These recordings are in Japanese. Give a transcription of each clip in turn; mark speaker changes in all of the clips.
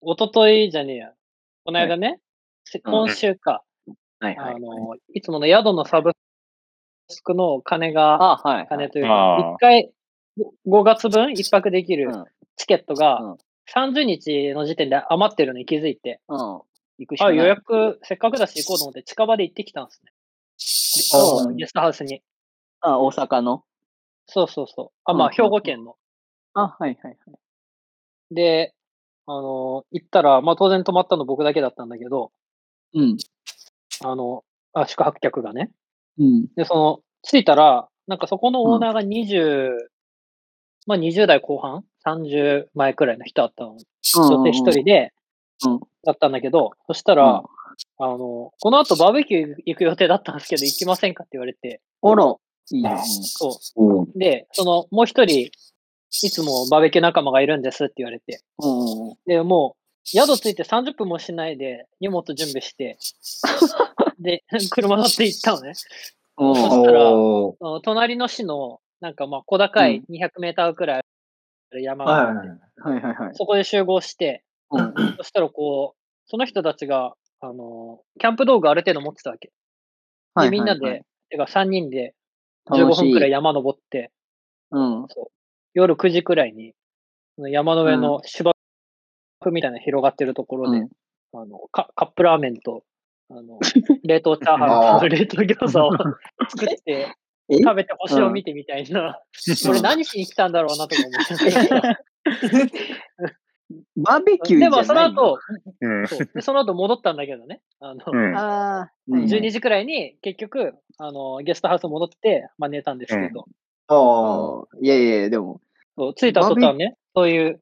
Speaker 1: おとといじゃねえや。この間ね、せ
Speaker 2: うん
Speaker 1: 今週か、
Speaker 2: はいは
Speaker 1: あの、
Speaker 2: い。
Speaker 1: いつもの宿のサブスクの金が、
Speaker 2: あ、はい。
Speaker 1: 金という
Speaker 3: あ
Speaker 1: か、一回、5月分一泊できる
Speaker 2: うん
Speaker 1: チケット
Speaker 2: う
Speaker 1: が
Speaker 2: ん、
Speaker 1: 30日の時点で余ってるのに気づいて、
Speaker 2: うん。行くしか
Speaker 1: あ、
Speaker 2: ない。
Speaker 1: 予約、せっかくだし行こうと思って近場で行ってきたんですね。
Speaker 2: あ
Speaker 1: あのゲストハウスに。
Speaker 2: あ、大阪の。
Speaker 1: そうそうそう。あ、ま
Speaker 2: う
Speaker 1: あ、
Speaker 2: ん
Speaker 1: 兵庫県の。
Speaker 2: あ、はいはいはい。
Speaker 1: で、あの、行ったら、まあ当然泊まったの僕だけだったんだけど、
Speaker 2: うん。
Speaker 1: あの、あ宿泊客がね。
Speaker 2: うん。
Speaker 1: で、その、着いたら、なんかそこのオーナーが20、まあ20代後半 ?30 前くらいの人だったの。女性一人で、
Speaker 2: うん
Speaker 1: だったんだけど、そしたら、あの、この後バーベキュー行く予定だったんですけど、行きませんかって言われて、
Speaker 2: あら、いいね。
Speaker 1: そ
Speaker 3: うん。
Speaker 1: う。で、その、もう一人、いつもバーベキュー仲間がいるんですって言われて、
Speaker 2: うん。
Speaker 1: で、もう、宿着いて30分もしないで、荷物準備 して、で、車乗って行ったのね。
Speaker 2: うん。
Speaker 1: そしたら
Speaker 3: お
Speaker 1: あの隣の市の、なんかまあ、小高い200メーターくらいある山
Speaker 3: ー
Speaker 1: があって、
Speaker 3: はい。
Speaker 2: はいはいはい。
Speaker 1: そこで集合して、
Speaker 2: うん。
Speaker 1: そしたらこう、その人たちが、あの、キャンプ道具ある程度持ってたわけ。
Speaker 2: はいはいはい
Speaker 1: で、みんなで、てか3人で
Speaker 2: 楽
Speaker 1: 15
Speaker 2: し
Speaker 1: 分
Speaker 2: い
Speaker 1: くらい山登って、
Speaker 2: うん。
Speaker 1: 夜9時くらいに、その山の上の芝生みたいなの広がってるところで、
Speaker 2: うん
Speaker 1: あのカカップラーメンと、あ の、冷凍チャーハン
Speaker 3: あ
Speaker 1: と
Speaker 3: ー
Speaker 1: 冷凍餃子を作って、
Speaker 2: え
Speaker 1: 食べて星を見てみたいな、俺何しに来たんだろうなとか思ってた。
Speaker 2: バーベキューじ
Speaker 1: で
Speaker 2: ゃな
Speaker 1: も
Speaker 2: い
Speaker 1: その後、
Speaker 3: うん。
Speaker 1: そうでその後戻ったんだけどね。あの、
Speaker 3: うん。
Speaker 2: ああ、
Speaker 3: うん
Speaker 1: 12時くらいに結局、あの、ゲストハウス戻って、まあ寝たんですけど、
Speaker 3: あ
Speaker 2: あいやいやいや、でも、
Speaker 1: そう着いた途端ね、そういう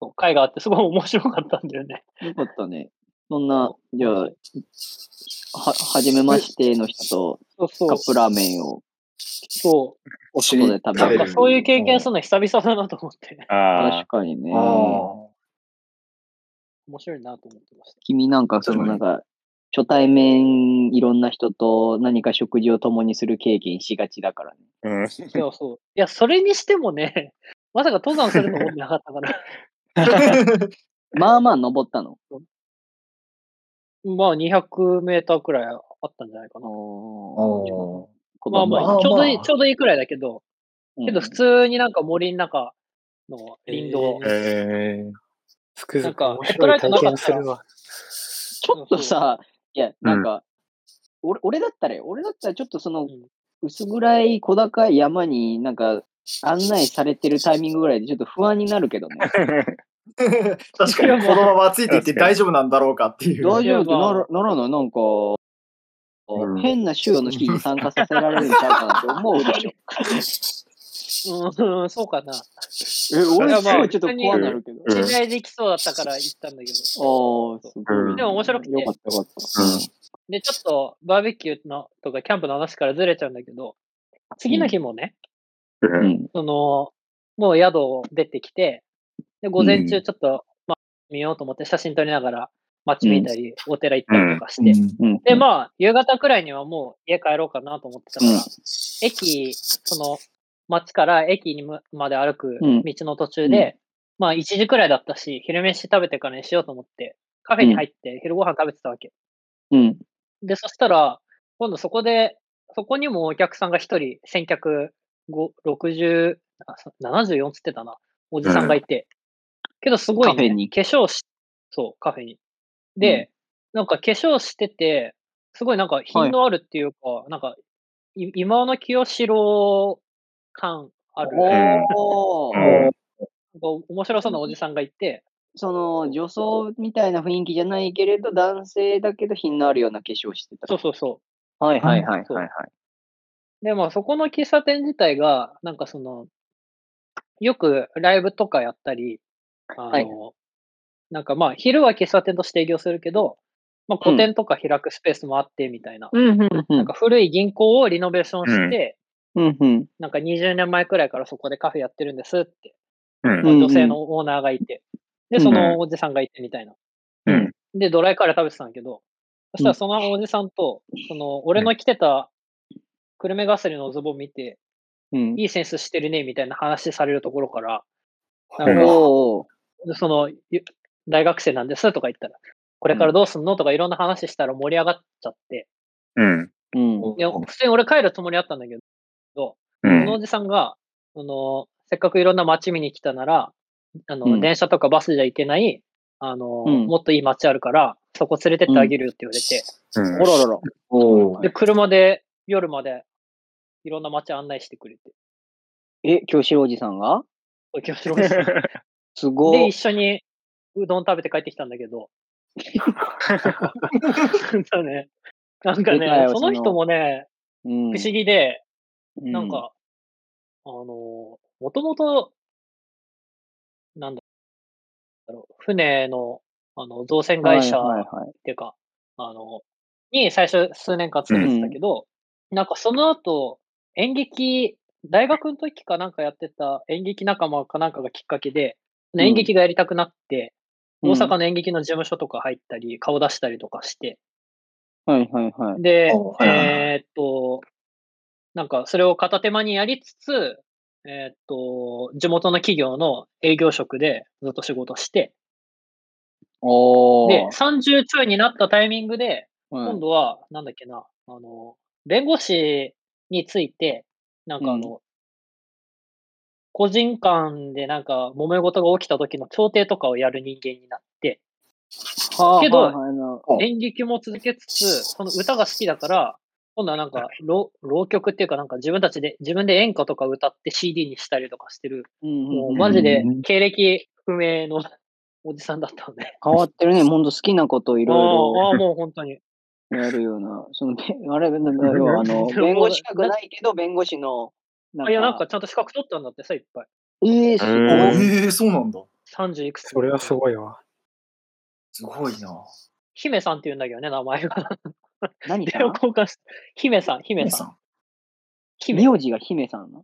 Speaker 1: そう会があって、すごい面白かったんだよね。
Speaker 2: よかったね。そんな、じゃあ、は、はじめましての人
Speaker 1: そうそ
Speaker 2: と
Speaker 1: う
Speaker 2: カップラーメンを
Speaker 1: そ
Speaker 3: お
Speaker 2: 外で食
Speaker 1: う。
Speaker 2: べ
Speaker 1: な
Speaker 2: る
Speaker 1: ん。かそういう経験するの久々だなと思って、
Speaker 3: あ
Speaker 2: 確かにね
Speaker 3: あ。。あ
Speaker 1: 面白いなと思ってまし
Speaker 2: 君なんか、その
Speaker 3: 確か
Speaker 2: なん
Speaker 3: に
Speaker 2: か、初対面いろんな人と何か食事を共にする経験しがちだからね。
Speaker 3: あ。うん。
Speaker 1: た。いや、そう。いや、それにしてもね、 まさか登山すると思ってなかったから、
Speaker 2: まあまあ登ったの。
Speaker 1: まあ200メーターくらいあったんじゃないかな。
Speaker 3: お
Speaker 2: 子
Speaker 1: まあま
Speaker 2: 供
Speaker 1: あ、
Speaker 2: は
Speaker 3: まあ
Speaker 1: ちょうどいい、
Speaker 3: まあ
Speaker 1: ちょうどいいくらいだけど、
Speaker 2: うん
Speaker 1: けど普通になんか森の中の林道、
Speaker 3: ーえー。
Speaker 4: つくづく
Speaker 1: な
Speaker 4: 面
Speaker 1: んかヘッドラ
Speaker 4: 白
Speaker 1: イト
Speaker 4: い
Speaker 1: なかっ
Speaker 4: 体
Speaker 1: たら
Speaker 4: 験するわ。
Speaker 2: ちょっとさ、いや、なんか、俺俺だったらよ、俺だったらちょっとその
Speaker 1: うん、
Speaker 2: 薄暗い小高い山になんか、案内されてるタイミングぐらいでちょっと不安になるけどね。
Speaker 5: 確かにこのままついていって大丈夫なんだろうかっていう。
Speaker 2: 大丈夫っ
Speaker 1: い
Speaker 2: て
Speaker 1: やま
Speaker 2: な
Speaker 1: あ
Speaker 2: らならないなんか、
Speaker 3: うん
Speaker 2: 変な宗教の式に参加させられるんちゃうかなって思うで しょ。
Speaker 1: うん、 うんそうかな。
Speaker 2: え、俺
Speaker 1: 俺
Speaker 2: す
Speaker 1: まあ
Speaker 2: ごいちょっと怖なるけど。
Speaker 3: うん
Speaker 1: 信頼できそうだったから行ったんだけど。
Speaker 2: ああ、すご
Speaker 3: う
Speaker 2: い。
Speaker 3: ん
Speaker 1: でも面白くて
Speaker 2: よかったよかった。
Speaker 3: うん
Speaker 1: で、ちょっとバーベキューのとかキャンプの話からずれちゃうんだけど、次の日もね、
Speaker 3: う。
Speaker 2: うんん。
Speaker 1: その、もう宿を出てきて、で、午前中ちょっと、まあ、見ようと思って写真撮りながら街見たり、お寺行ったりとかして、
Speaker 2: うん。
Speaker 1: で、まあ、夕方くらいにはもう家帰ろうかなと思ってたから、
Speaker 2: うん
Speaker 1: 駅、その、町から駅にむまで歩く
Speaker 2: うん
Speaker 1: 道の途中で、まあ、1時くらいだったし、昼飯食べてからにしようと思って、カフェに入って昼ご飯食べてたわけ。
Speaker 2: うん。
Speaker 1: で、そしたら、今度そこで、そこにもお客さんが一人、先客5、60、あそ74つってたな、おじさんがいて。けどすごい、ね、
Speaker 2: カフェに
Speaker 1: 化粧し、そう、カフェに。で、なんか化粧してて、すごいなんか品のあるっていうか、なんか、い今の清志郎感ある、なんか
Speaker 2: おー。
Speaker 3: うん
Speaker 1: 面白そうなおじさんがいて、
Speaker 2: その女装みたいな雰囲気じゃないけれど、男性だけど品のあるような化粧してた。
Speaker 1: そうそうそう。
Speaker 2: はい
Speaker 3: はい
Speaker 2: は
Speaker 1: は
Speaker 2: い
Speaker 1: いはいで、まあそこの喫茶店自体が、なんかその、よくライブとかやったり、あの、
Speaker 2: はい
Speaker 1: なんかまあ昼は喫茶店として営業するけど、まあ個展とか開くスペースもあってみたいな、
Speaker 2: うんうんう
Speaker 1: なん
Speaker 2: ん
Speaker 1: か古い銀行をリノベーションして、
Speaker 2: うんうん
Speaker 1: なんか20年前くらいからそこでカフェやってるんですって、
Speaker 3: うん。
Speaker 1: まあ
Speaker 2: うんうん
Speaker 1: 女性のオーナーがいて、で、そのおじさんがいてみたいな。
Speaker 3: うん
Speaker 1: で、ドライカレー食べてたんだけど、そしたらそのおじさんと、その俺の着てた久留米ガスリのズボン見て、
Speaker 2: うん。
Speaker 1: いいセンスしてるね、みたいな話されるところから、な
Speaker 3: うんん
Speaker 1: か、
Speaker 2: おー
Speaker 1: その、ゆ大学生なんですとか言ったら、これからどうすんのとかいろんな話したら盛り上がっちゃって、
Speaker 3: うん。
Speaker 2: うん。
Speaker 1: いや、普通に俺帰るつもりあったんだけど、
Speaker 3: う
Speaker 1: そのお
Speaker 3: ん。
Speaker 1: じさんが、あの、せっかくいろんな街見に来たなら、あの、
Speaker 2: うん
Speaker 1: 電車とかバスじゃ行けない、あの、
Speaker 2: うん
Speaker 1: もっといい街あるから、そこ連れてってあげるよって言われて、
Speaker 3: うん
Speaker 2: おららら。
Speaker 5: おー
Speaker 1: で、車で夜までいろんな街案内してくれて、
Speaker 2: え、京志郎おじさんが
Speaker 1: お気をしろで、
Speaker 2: すごい
Speaker 1: 一。緒にうどん食べて帰ってきたんだけど、なんかね、なんか
Speaker 2: でかい
Speaker 1: ね
Speaker 2: よ、
Speaker 1: その人もね、
Speaker 2: 不
Speaker 1: 不思
Speaker 2: 議。
Speaker 1: 議で、
Speaker 2: う
Speaker 1: なん、か、あのー、もともと、なんだろう、船の、あの、造船会社
Speaker 2: はい
Speaker 1: っ
Speaker 2: はいはい
Speaker 1: ていうか、あの、に最初数年間勤めてたけど、なんかその後、演劇、大学の時かなんかやってた演劇仲間かなんかがきっかけで、
Speaker 2: ん
Speaker 1: 演劇がやりたくなって、
Speaker 2: うん
Speaker 1: 大阪の演劇の事務所とか入ったり、顔出したりとかして、
Speaker 2: はいはいはい。
Speaker 1: で
Speaker 5: お、はいはいはい
Speaker 1: えーっと、なんかそれを片手間にやりつつ、えーっと、地元の企業の営業職でずっと仕事して、
Speaker 2: おー。
Speaker 1: で、30ちょいになったタイミングで、
Speaker 2: はい
Speaker 1: 今度は、なんだっけな、あの、弁護士について、なんかあの、個人間でなんか揉め事が起きた時の調停とかをやる人間になって、
Speaker 2: はあ
Speaker 1: けど
Speaker 2: はいはいな
Speaker 5: うん
Speaker 1: 演劇も続けつつ、その歌が好きだから、今度はなんか、浪浪曲っていうかなんか自分たちで、自分で演歌とか歌って CD にしたりとかしてる、
Speaker 2: うんうん
Speaker 1: も
Speaker 2: う
Speaker 1: うんマジで経歴不明のおじさんだったんで。
Speaker 2: 変わってるね。ほんと好きなことをい
Speaker 1: あ
Speaker 2: ろ
Speaker 1: あ、もう本当に。
Speaker 2: いろやるような。その、 べあれ、なんだろう、あ の、
Speaker 1: そう
Speaker 2: 弁護士資格ないけど、弁護士の、
Speaker 1: あ
Speaker 2: なんか、
Speaker 1: いや、なんかちゃんと資格取ったんだってさ、いっぱい。
Speaker 2: ええす
Speaker 3: う
Speaker 5: え
Speaker 3: ん
Speaker 2: ごい。
Speaker 5: ー、そうなんだ。
Speaker 1: 30いくつ。
Speaker 4: それはすごいわ。
Speaker 5: すごいな。
Speaker 1: 姫さんって言うんだけどね、名前が。
Speaker 2: 何
Speaker 1: 手
Speaker 2: さ
Speaker 1: を
Speaker 2: ん
Speaker 1: 交換して。姫さん、姫さん。
Speaker 5: ん。
Speaker 1: 姫。い
Speaker 2: 名字が姫さんな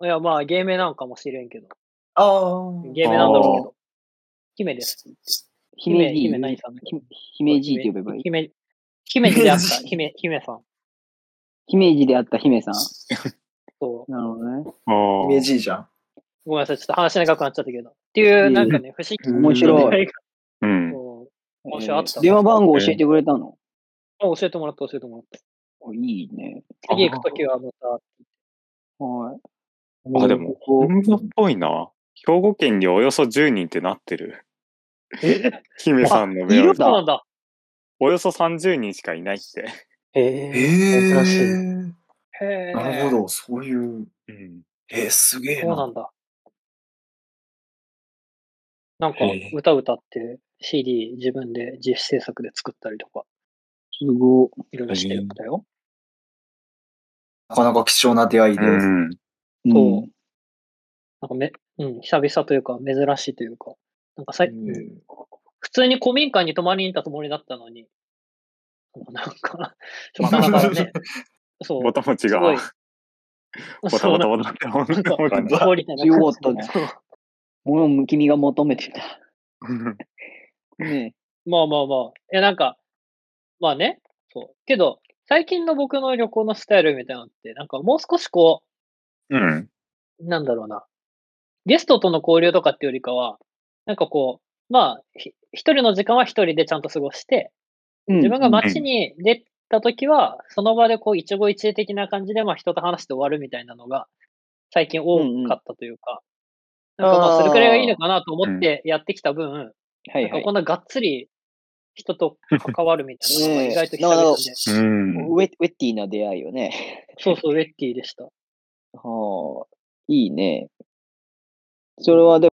Speaker 2: の
Speaker 1: や、まあ、芸名なんかもしれんけど。
Speaker 5: ああ。
Speaker 1: 芸名なんだろうけど。姫です。
Speaker 2: 姫じい。
Speaker 1: 姫何さんだっけ
Speaker 2: ひ姫じいって呼べばいい。
Speaker 1: 姫、姫路であった、姫、姫さん。
Speaker 2: 姫じであった姫さん。
Speaker 1: そう。
Speaker 2: なるほどね。
Speaker 3: あー
Speaker 5: イメージいいじゃん。
Speaker 1: ごめんなさい、ちょっと話長くなっちゃったけど。っていう、
Speaker 2: いえ
Speaker 1: なんかね、不思議な
Speaker 2: 面白い
Speaker 1: 出会が
Speaker 3: うん。
Speaker 1: こ
Speaker 2: え
Speaker 1: 今週あった
Speaker 2: ー電話番号教えてくれたの
Speaker 1: うあ教えてもらった、教えてもらっ
Speaker 2: おいいね。
Speaker 1: た。次行くときはまた、
Speaker 2: はい。
Speaker 3: あ、でも、本土っぽいな。兵庫県におよそ10人ってなってる。姫さんの
Speaker 2: あい
Speaker 3: 名
Speaker 2: る
Speaker 3: 字
Speaker 2: だ
Speaker 1: そうなんだ。
Speaker 3: およそ30人しかいないって。
Speaker 4: え
Speaker 5: え
Speaker 4: え珍しい。
Speaker 5: ー。
Speaker 1: へえ。
Speaker 5: なるほど、そういう。
Speaker 3: うん。
Speaker 5: えー、すげえ
Speaker 1: そうな
Speaker 5: な。
Speaker 1: んだ。なんか
Speaker 5: へえ、
Speaker 1: 歌歌って CD 自分で自主制作で作ったりとか、
Speaker 2: すごい。
Speaker 1: いろいろしてるんだよ。
Speaker 5: なかなか貴重な出会いで。
Speaker 3: うん。
Speaker 1: そうなんかめ、うん、久々というか、珍しいというか、なんかさい、うん
Speaker 5: うん
Speaker 1: 普通に古民家に泊まりに行ったつもりだったのに、なんか、しょ うがなからね、そう、
Speaker 3: ボタモチ
Speaker 1: す
Speaker 3: が、
Speaker 1: ごい。
Speaker 3: ボタ
Speaker 1: そう
Speaker 3: ボ
Speaker 1: な
Speaker 3: タ
Speaker 1: んか
Speaker 3: ボタって本
Speaker 1: なんか
Speaker 3: 当に
Speaker 5: ボタ
Speaker 1: 通りたいな
Speaker 2: よか
Speaker 1: 感
Speaker 2: っ
Speaker 1: じ
Speaker 2: たね。俺も君が求めてた。ね
Speaker 1: まあまあまあ。いや、なんか、まあね。そう。けど、最近の僕の旅行のスタイルみたいなのって、なんかもう少しこ
Speaker 3: うん。
Speaker 1: う、なんだろうな。ゲストとの交流とかっていうよりかは、なんかこう、まあ、ひ一人の時間は一人でちゃんと過ごして、
Speaker 2: え
Speaker 1: 自分が
Speaker 2: ま
Speaker 1: 街に出た時は、その場でこう、一期一会的な感じで、まあ人と話して終わるみたいなのが、最近多かったというか、
Speaker 2: うん
Speaker 1: なんかまあ、
Speaker 2: あー
Speaker 1: それくらいがいいのかなと思ってやってきた分、
Speaker 2: は
Speaker 1: ないんか
Speaker 2: はい
Speaker 1: こんながっつり人と関わるみたいなのが意外と久
Speaker 2: ね
Speaker 1: 々
Speaker 2: え
Speaker 1: で。
Speaker 3: うん。
Speaker 2: ウェウェッティな出会いよね。
Speaker 1: そうそう、ウェッティでした。
Speaker 2: はあ、いいね。それはで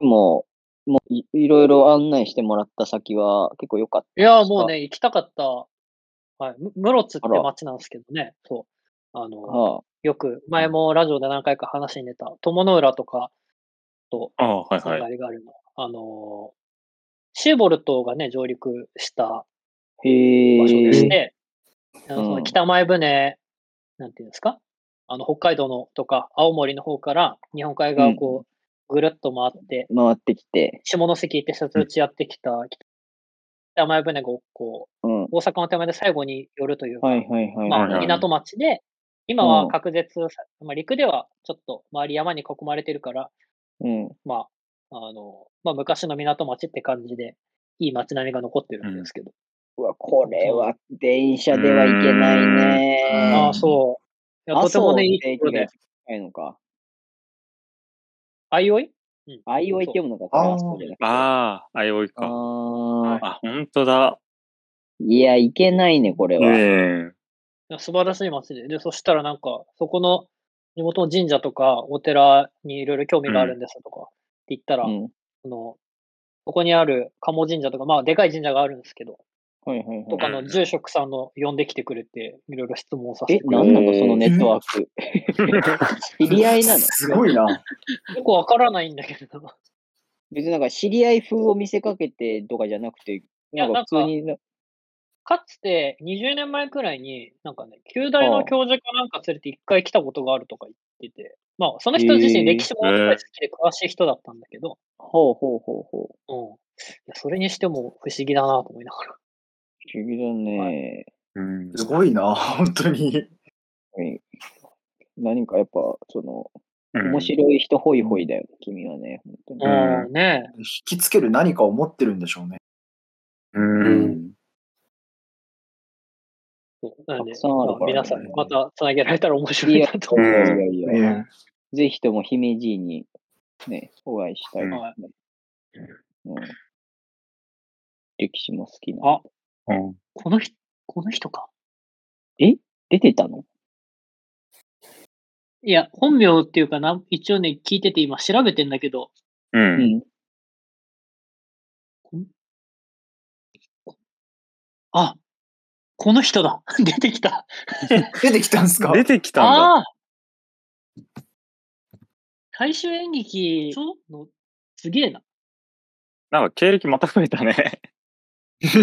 Speaker 2: も、もういいろいろ案内してもらった先は結構良かっ
Speaker 1: いやー、もうね、行きたかった。はい。む室津って
Speaker 2: あら
Speaker 1: 町なんですけどね。そう。あ
Speaker 2: た。
Speaker 1: の、
Speaker 2: はあ、
Speaker 1: よく、前もラジオで何回か話に出た、友の浦とかと、
Speaker 3: ああ、はい
Speaker 1: つな
Speaker 3: は
Speaker 1: が
Speaker 3: い。
Speaker 1: りがあるの。あのー、シーボルトがね、上陸した
Speaker 2: へ
Speaker 1: 場所でし
Speaker 2: え。
Speaker 1: て、あのそ
Speaker 2: うん
Speaker 1: の北前船、なんていうんですかあの、北海道のとか、青森の方から、日本海側をこう、ぐるっと回って、
Speaker 2: 回ってきて。
Speaker 1: 下関行って瀬戸内やってきた、北前船がこう、
Speaker 2: うん。
Speaker 1: 大阪の手前で最後に寄るというか、
Speaker 2: はいはいはい。
Speaker 1: ま
Speaker 3: はいは
Speaker 1: あ、
Speaker 3: い
Speaker 1: 港町で、今は隔絶さ、まあ、陸ではちょっと周り山に囲まれてるから、
Speaker 2: うん。
Speaker 1: まあ、あの、まあ、昔の港町って感じで、いい街並みが残ってるんですけど。
Speaker 2: うわ、これは電車ではいけない
Speaker 5: うん
Speaker 1: あ
Speaker 2: ね。
Speaker 1: あ、そう。いや、
Speaker 2: 麻
Speaker 1: とて
Speaker 2: 生
Speaker 1: も
Speaker 2: の
Speaker 1: ね、いい
Speaker 2: 駅
Speaker 1: ところ
Speaker 2: が
Speaker 1: で
Speaker 2: 近。いのか。
Speaker 1: あいおい
Speaker 2: あいおいって読むのか、こ
Speaker 5: そう
Speaker 2: れはそうじゃなくて。
Speaker 3: ああ、あいおい
Speaker 2: あ
Speaker 3: か。
Speaker 2: ー
Speaker 3: あ、本当だ。
Speaker 2: いや、いけないね、これは。
Speaker 3: ね
Speaker 1: いや素晴らしい街で。で、そしたらなんか、そこの地元の神社とかお寺にいろいろ興味があるんですとかって言ったら、
Speaker 2: うん。
Speaker 1: その、ここにある鴨神社とか、まあ、でかい神社があるんですけど、
Speaker 2: はいはいはい
Speaker 1: とかの
Speaker 3: うん
Speaker 1: 住職さんの呼んできてくれて、いろいろ質問させ
Speaker 2: え
Speaker 1: て、くれ
Speaker 2: な
Speaker 1: て、
Speaker 2: んなのそのネットワーク。知り合いなの
Speaker 5: すごいな。
Speaker 1: よくわからないんだけど、
Speaker 2: 別になんか知り合い風を見せかけてとかじゃなくて、
Speaker 1: や
Speaker 2: なんか普通にな、
Speaker 1: かつて20年前くらいに、なんかね、旧大の教授かなんか連れて一回来たことがあるとか言ってて、まあ、その人自身歴史もやっぱり好きで詳しい人だったんだけど、
Speaker 2: ほうほうほうほう。
Speaker 1: うん。いや、それにしても不思議だなと思いながら。
Speaker 2: 不思議だね。
Speaker 3: うん。
Speaker 5: すごいな、本当に。
Speaker 2: はい何かやっぱ、その、
Speaker 3: うん
Speaker 2: 面白い人ホイホイだよね、君はね。本当に。
Speaker 3: ん
Speaker 1: うん、ねえ。
Speaker 5: 引きつける何かを持ってるんでしょうね。
Speaker 3: うん。
Speaker 1: そうなんで、
Speaker 2: たくさんあるからね
Speaker 1: まあ皆さん、また繋げられたら面白いなと
Speaker 3: う
Speaker 1: 思
Speaker 3: ん
Speaker 1: い
Speaker 2: い
Speaker 1: ます。
Speaker 2: やいや、
Speaker 5: うん
Speaker 2: ぜひとも姫じいにね、お会いしたいですね。うん。歴史も好きな。
Speaker 1: あ
Speaker 3: うん
Speaker 1: この人、この人か。
Speaker 2: 出てたの
Speaker 1: いや、本名っていうかな、一応ね、聞いてて今調べてんだけど、
Speaker 3: う。
Speaker 2: うんん。
Speaker 1: あ、この人だ 出てきた
Speaker 5: 出てきたんすか
Speaker 3: 出てきたんだ。
Speaker 1: ああー大衆演劇の、すげえな。
Speaker 3: なんか経歴また増えたね。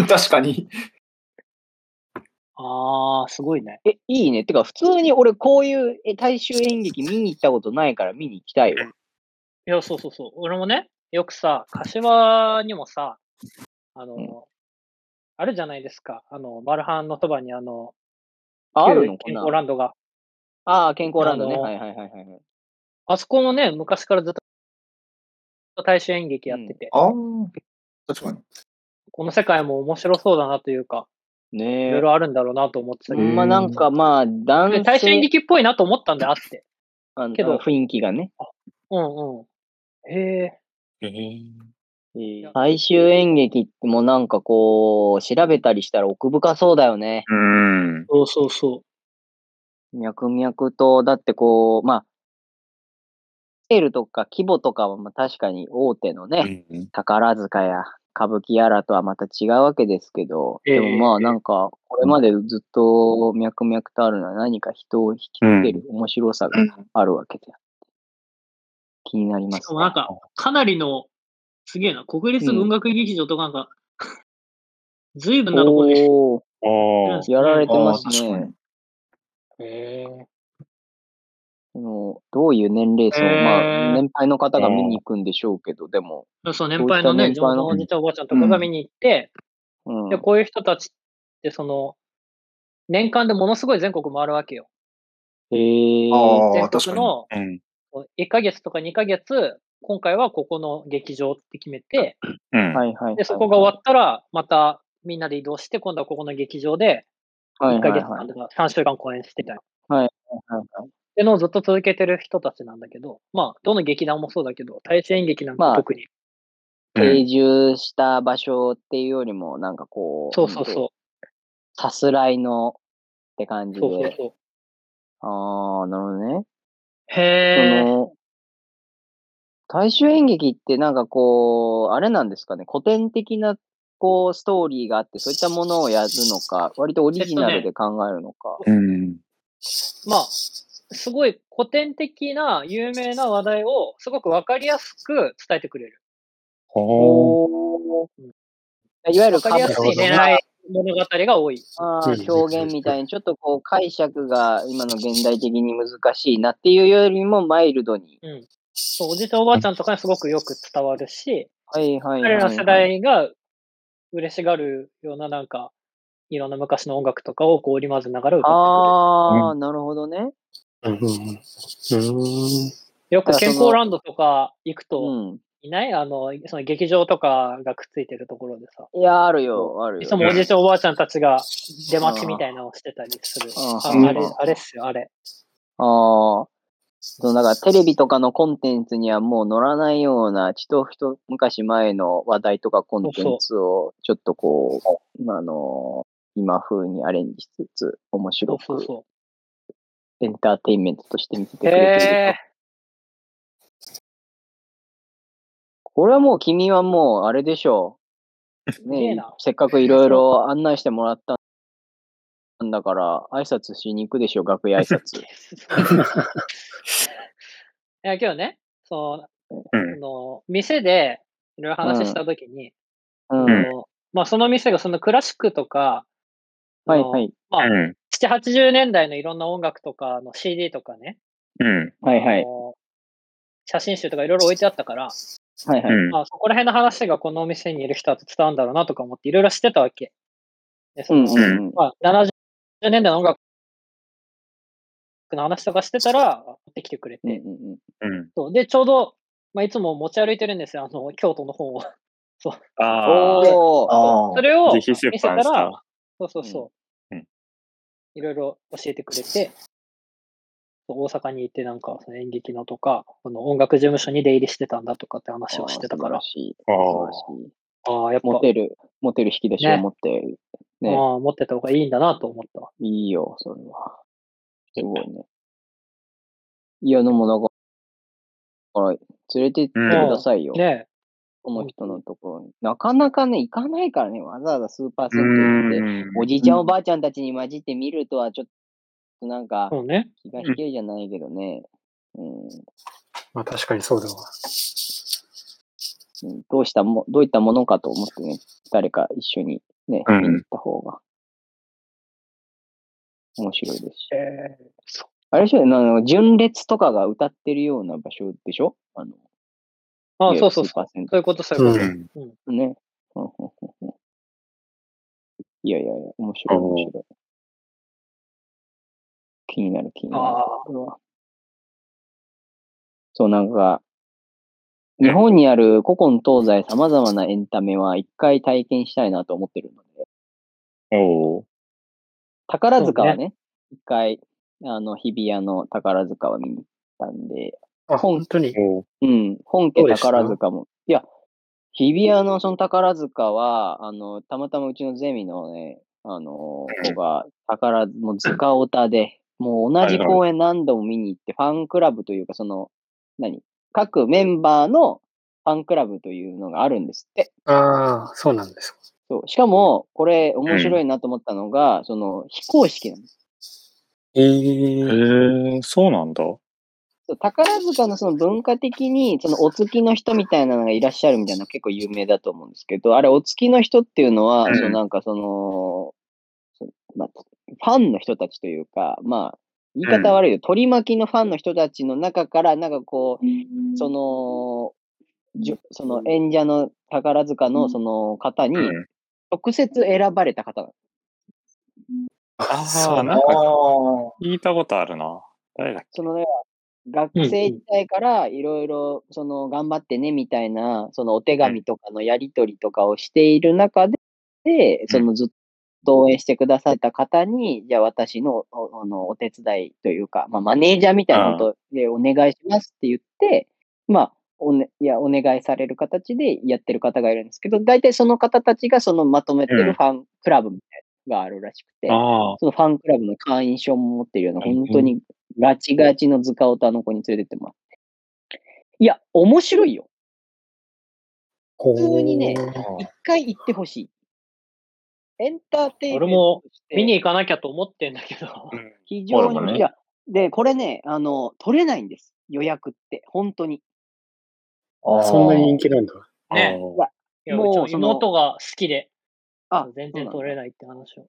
Speaker 5: 確かに。
Speaker 1: ああ、すごいね。
Speaker 2: え、いいね。てか、普通に俺、こういうえ大衆演劇見に行ったことないから見に行きたいよ。
Speaker 1: いや、そうそうそう。俺もね、よくさ、柏にもさ、あの、
Speaker 2: うん
Speaker 1: あるじゃないですか。あの、バルハンのそばにあの、
Speaker 2: ああるの
Speaker 1: 旧
Speaker 2: か
Speaker 1: 健
Speaker 2: な
Speaker 1: 康ランドが。
Speaker 2: ああ、健康ランドね。
Speaker 1: あの
Speaker 2: はいはいはいはいはい。
Speaker 1: あそこもね、昔からずっと大衆演劇やってて、
Speaker 5: ああ。確かに。
Speaker 1: この世界も面白そうだなというか、い
Speaker 2: ね
Speaker 1: ろい
Speaker 2: え。
Speaker 1: ろあるんだろうなと思ってたけ
Speaker 2: ほ
Speaker 1: ど
Speaker 4: うん
Speaker 2: まなんかまあ、男性
Speaker 1: で、大衆演劇っぽいなと思ったんで、あって。
Speaker 2: あの
Speaker 1: けど
Speaker 2: 雰囲気がね。
Speaker 1: うんうん。へえ。
Speaker 2: 大衆演劇ってもうなんかこう、調べたりしたら奥深そうだよね。
Speaker 3: うん。
Speaker 1: そうそうそ
Speaker 2: 脈々と、だってこう、まあ、スケールとか規模とかはまあ確かに大手のね、宝塚や歌舞伎やらとはまた違うわけですけど、
Speaker 1: ええ
Speaker 2: でもまあなんか、これまでずっと脈々とあるのは何か人を引きつける面白さがあるわけであって、気になり
Speaker 1: う。し
Speaker 2: ます
Speaker 1: かもなんか、かなりの、すげえな、国立文学劇場とかなんか、ずいぶんなところに。
Speaker 2: おー
Speaker 3: ああ。
Speaker 2: やられてます
Speaker 5: あー確か
Speaker 2: ね
Speaker 5: に。
Speaker 1: へえ。
Speaker 2: そのどういう年齢層、
Speaker 1: ええ
Speaker 2: まあ、年配の方が見に行くんでしょうけど、でも、
Speaker 1: そうそう、年配のね、地
Speaker 2: そうい
Speaker 1: 元
Speaker 2: った年配の
Speaker 1: のおじいちゃんおばあちゃんとかが見に行って、
Speaker 2: うん、
Speaker 1: で、こういう人たちって、その、年間でものすごい全国回るわけよ。
Speaker 2: えー
Speaker 5: あー
Speaker 1: 全
Speaker 5: 確か
Speaker 1: 国
Speaker 5: に
Speaker 1: の
Speaker 3: うん。
Speaker 1: 1ヶ月とか2ヶ月、今回はここの劇場って決めて、
Speaker 3: うん。
Speaker 2: はいはいはい
Speaker 1: で、そこが終わったら、またみんなで移動して、今度はここの劇場で、
Speaker 2: はい
Speaker 1: 1
Speaker 2: は
Speaker 1: ヶ
Speaker 2: いは
Speaker 1: 月間
Speaker 2: い
Speaker 1: とか3週間公演してみたいな。っ
Speaker 2: はいはい
Speaker 1: てのをずっと続けてる人たちなんだけど、まあ、どの劇団もそうだけど、大衆演劇なん
Speaker 2: ま
Speaker 1: か
Speaker 2: あ
Speaker 1: 特に。
Speaker 2: 定住した場所っていうよりも、なんかこう、
Speaker 1: そうそうそう。
Speaker 2: さすらいのって感じで。
Speaker 1: そうそうそう。
Speaker 2: ああ、なるほどね。
Speaker 1: へ
Speaker 2: そ
Speaker 1: ー。
Speaker 2: の、大衆演劇ってなんかこう、あれなんですかね、古典的なこう、ストーリーがあって、そういったものをやるのか、割とオリジナルで考えるのか。
Speaker 3: うん。
Speaker 1: まあ、すごい古典的な有名な話題をすごくわかりやすく伝えてくれる。
Speaker 3: ほ
Speaker 2: おーいわゆる
Speaker 1: わかりやすい
Speaker 4: な
Speaker 1: 恋
Speaker 4: るほど
Speaker 1: 愛物語が多い。
Speaker 2: あ
Speaker 4: そう
Speaker 2: ー
Speaker 4: ですね
Speaker 2: 表現みたいに、ちょっとこう解釈が今の現代的に難しいなっていうよりもマイルドに。
Speaker 1: そう、おじいちゃんおばあちゃんとかにすごくよく伝わるし、
Speaker 2: はいはいはい、
Speaker 1: 彼
Speaker 2: はい。
Speaker 1: らの世代が嬉しがるようななんか、いろんな昔の音楽とかをこう織り交ぜながら歌っ
Speaker 2: ああ、なるほどね。
Speaker 4: うんうんうん。うーん。
Speaker 1: てくれる。よく健康ランドとか行く
Speaker 2: う
Speaker 1: と、
Speaker 2: ん。
Speaker 1: いないあの、その劇場とかがくっついてるところでさ。
Speaker 2: いや、あるよ、ある
Speaker 1: い
Speaker 2: よ
Speaker 1: つ。もおじいちゃんおばあちゃんたちが出待ちみたいなのをしてたりする。
Speaker 2: あ
Speaker 1: あ
Speaker 2: あ
Speaker 1: あれ
Speaker 3: うん、
Speaker 1: あれっすよ、あれ。
Speaker 2: ああ。そう、だからテレビとかのコンテンツにはもう乗らないような、ちと一昔前の話題とかコンテンツを、ちょっとこう、あのー今風にアレンジしつつ、面
Speaker 1: そう
Speaker 2: 白
Speaker 1: そう
Speaker 2: く
Speaker 1: そ
Speaker 2: エンターテインメントとして見せて
Speaker 1: う。
Speaker 2: くれてる。
Speaker 1: へえ。
Speaker 2: これはもう君はもうあれでしょう。
Speaker 1: げえ
Speaker 2: ね
Speaker 1: な
Speaker 2: せっかくいろいろ 案内してもらったんだから、挨拶しに行くでしょ、楽屋挨拶。
Speaker 1: いや、今日ね、そうの、あ
Speaker 3: ん。
Speaker 1: の店でいろいろ話したときに、
Speaker 2: うん。
Speaker 3: ん
Speaker 1: あのまあ、その店がそのクラシックとか、
Speaker 2: はいはい。
Speaker 1: あのまあ、
Speaker 3: うん。
Speaker 1: 7、80年代のいろんな音楽とかの CD とかね、
Speaker 3: うん。
Speaker 2: はいは
Speaker 1: あ
Speaker 2: い。
Speaker 1: の写真集とかいろいろ置いてあったから、
Speaker 2: はいはい。
Speaker 3: うん。
Speaker 1: まあ、そこら辺の話がこのお店にいる人は伝わるんだろうなとか思っていろいろしてたわけ。でそ
Speaker 2: うん
Speaker 1: の
Speaker 2: うんうん。
Speaker 1: まあ、70年代の音楽の話とかしてたら、持ってきてくれて、
Speaker 2: うんうんうん
Speaker 3: うん。
Speaker 1: そうで、ちょうど、まあ、いつも持ち歩いてるんですよ、あの京都の 本を。
Speaker 3: ああ。
Speaker 2: おー
Speaker 5: あ
Speaker 1: それを見
Speaker 3: 自
Speaker 1: せ
Speaker 3: 費出
Speaker 1: た
Speaker 3: 版した
Speaker 1: ら、そうそうそう、
Speaker 3: うん
Speaker 1: いろいろ教えてくれて、そう大阪に行ってなんかその演劇のとか、この音楽事務所に出入りしてたんだとかって話をしてたから
Speaker 2: あー素晴ら、しい。
Speaker 3: あ
Speaker 2: 素晴
Speaker 3: あ
Speaker 2: ら。しい。
Speaker 1: ああ、やっぱ、
Speaker 2: モテる、モテる引き出しを
Speaker 1: ね
Speaker 2: 持って、
Speaker 1: あ
Speaker 2: ね
Speaker 1: あ持ってた方がいいんだなと思ったわ。
Speaker 2: いいよ、それは。すごいね。いや、でもなんか、ほら連れてってくださいよ、
Speaker 1: ね
Speaker 2: この人のところに。なかなかね、行かないからね、わざわざスーパー
Speaker 3: う
Speaker 2: 銭湯行って、
Speaker 3: ん。
Speaker 2: おじいちゃんおばあちゃんたちに混じって見るとは、ちょっとなんか、
Speaker 1: そうね。
Speaker 2: 気が引けるじゃないけどね。うん
Speaker 4: まあ確かにそうだわ。
Speaker 2: うんどうしたも、どういったものかと思ってね、誰か一緒にね、
Speaker 3: うん
Speaker 2: 見に行った方が面白いですし。
Speaker 1: え
Speaker 2: あれでしょあの、純烈とかが歌ってるような場所でしょあの、
Speaker 1: ああ、
Speaker 2: い
Speaker 1: そ
Speaker 2: わ
Speaker 1: うそ
Speaker 2: ゆ
Speaker 1: う
Speaker 2: るスー
Speaker 1: そう。
Speaker 2: パー銭
Speaker 1: そういうこと、そういううこ
Speaker 4: ん。
Speaker 3: ん。
Speaker 2: 湯ね。うんうんうんうんいやいやいや、面白い、
Speaker 3: おー
Speaker 2: 面白い。気になる、気に
Speaker 1: と。
Speaker 2: なる
Speaker 1: あ。
Speaker 2: これは。そう、なんか、日本にある古今東西様々なエンタメは一回体験したいなと思ってるので、
Speaker 3: おー
Speaker 2: 宝塚はね、一、回、あの、日比谷の宝塚は見に行ったんで、
Speaker 4: あ、本当に。
Speaker 3: おー。
Speaker 2: うん、本家
Speaker 4: どうでした
Speaker 2: 宝塚も、いや、日比谷のその宝塚は、あの、たまたまうちのゼミのね、あの、子が、宝、もう塚オタで、もう同じ公演何度も見に行って、ファンクラブというか、その、何各メンバーのファンクラブというのがあるんですって。
Speaker 4: ああ、そうなんです。
Speaker 2: そう。しかも、これ面白いなと思ったのが、その、非公式なんです。
Speaker 4: ええ
Speaker 3: へえ、そうなんだ。
Speaker 2: そう宝塚のその文化的に、そのお月の人みたいなのがいらっしゃるみたいなの結構有名だと思うんですけど、あれお月の人っていうのは、
Speaker 3: うん
Speaker 2: そのなんかその、そうまあ、ファンの人たちというか、まあ、言い方悪いよ。取り巻きのファンの人たちの中から、なんかこう、その、じゅその演者の宝塚のその方に
Speaker 3: うん
Speaker 2: 直接選ばれた方なんです
Speaker 3: あ
Speaker 4: そ
Speaker 3: あ、
Speaker 4: う
Speaker 3: なん
Speaker 5: あ
Speaker 3: か
Speaker 5: ー。
Speaker 3: 聞いたことあるな。誰だっ
Speaker 2: そのね、学生時代からいろいろ、その、頑張ってね、みたいな、そのお手紙とかのやり取りとかをしている中で、で、そのずっと応援してくださった方に、じゃあ私のおあのお手伝いというか、まあ、マネージャーみたいなことでお願いしますって言って、まあ、おね、いやお願いされる形でやってる方がいるんですけど、大体その方たちがそのまとめて
Speaker 3: うん
Speaker 2: るファンクラブみたいなのがあるらしくて、
Speaker 3: けああ。
Speaker 2: そのファンクラブの会員証も持ってるような、
Speaker 3: うん
Speaker 2: 本当にガチガチの塚オタの子に連れてってもらって。いや、面白いよ。
Speaker 4: 普
Speaker 2: 普通にね
Speaker 3: あ
Speaker 2: 一回行ってほしい。エンターテインメン
Speaker 1: 俺も
Speaker 2: トとして
Speaker 1: 見に行かなきゃと思ってんだけど。
Speaker 2: 非常
Speaker 3: 俺も
Speaker 2: に、
Speaker 3: ね
Speaker 2: いや、で、これね、あの、取れないんです。予約って、本当に。
Speaker 5: あー
Speaker 4: そんなに人気なんだ。
Speaker 1: ね
Speaker 3: あー
Speaker 1: いや
Speaker 2: もう
Speaker 1: うちの
Speaker 2: その
Speaker 1: 妹が好きで、
Speaker 2: あ
Speaker 1: 全然取れないって話を。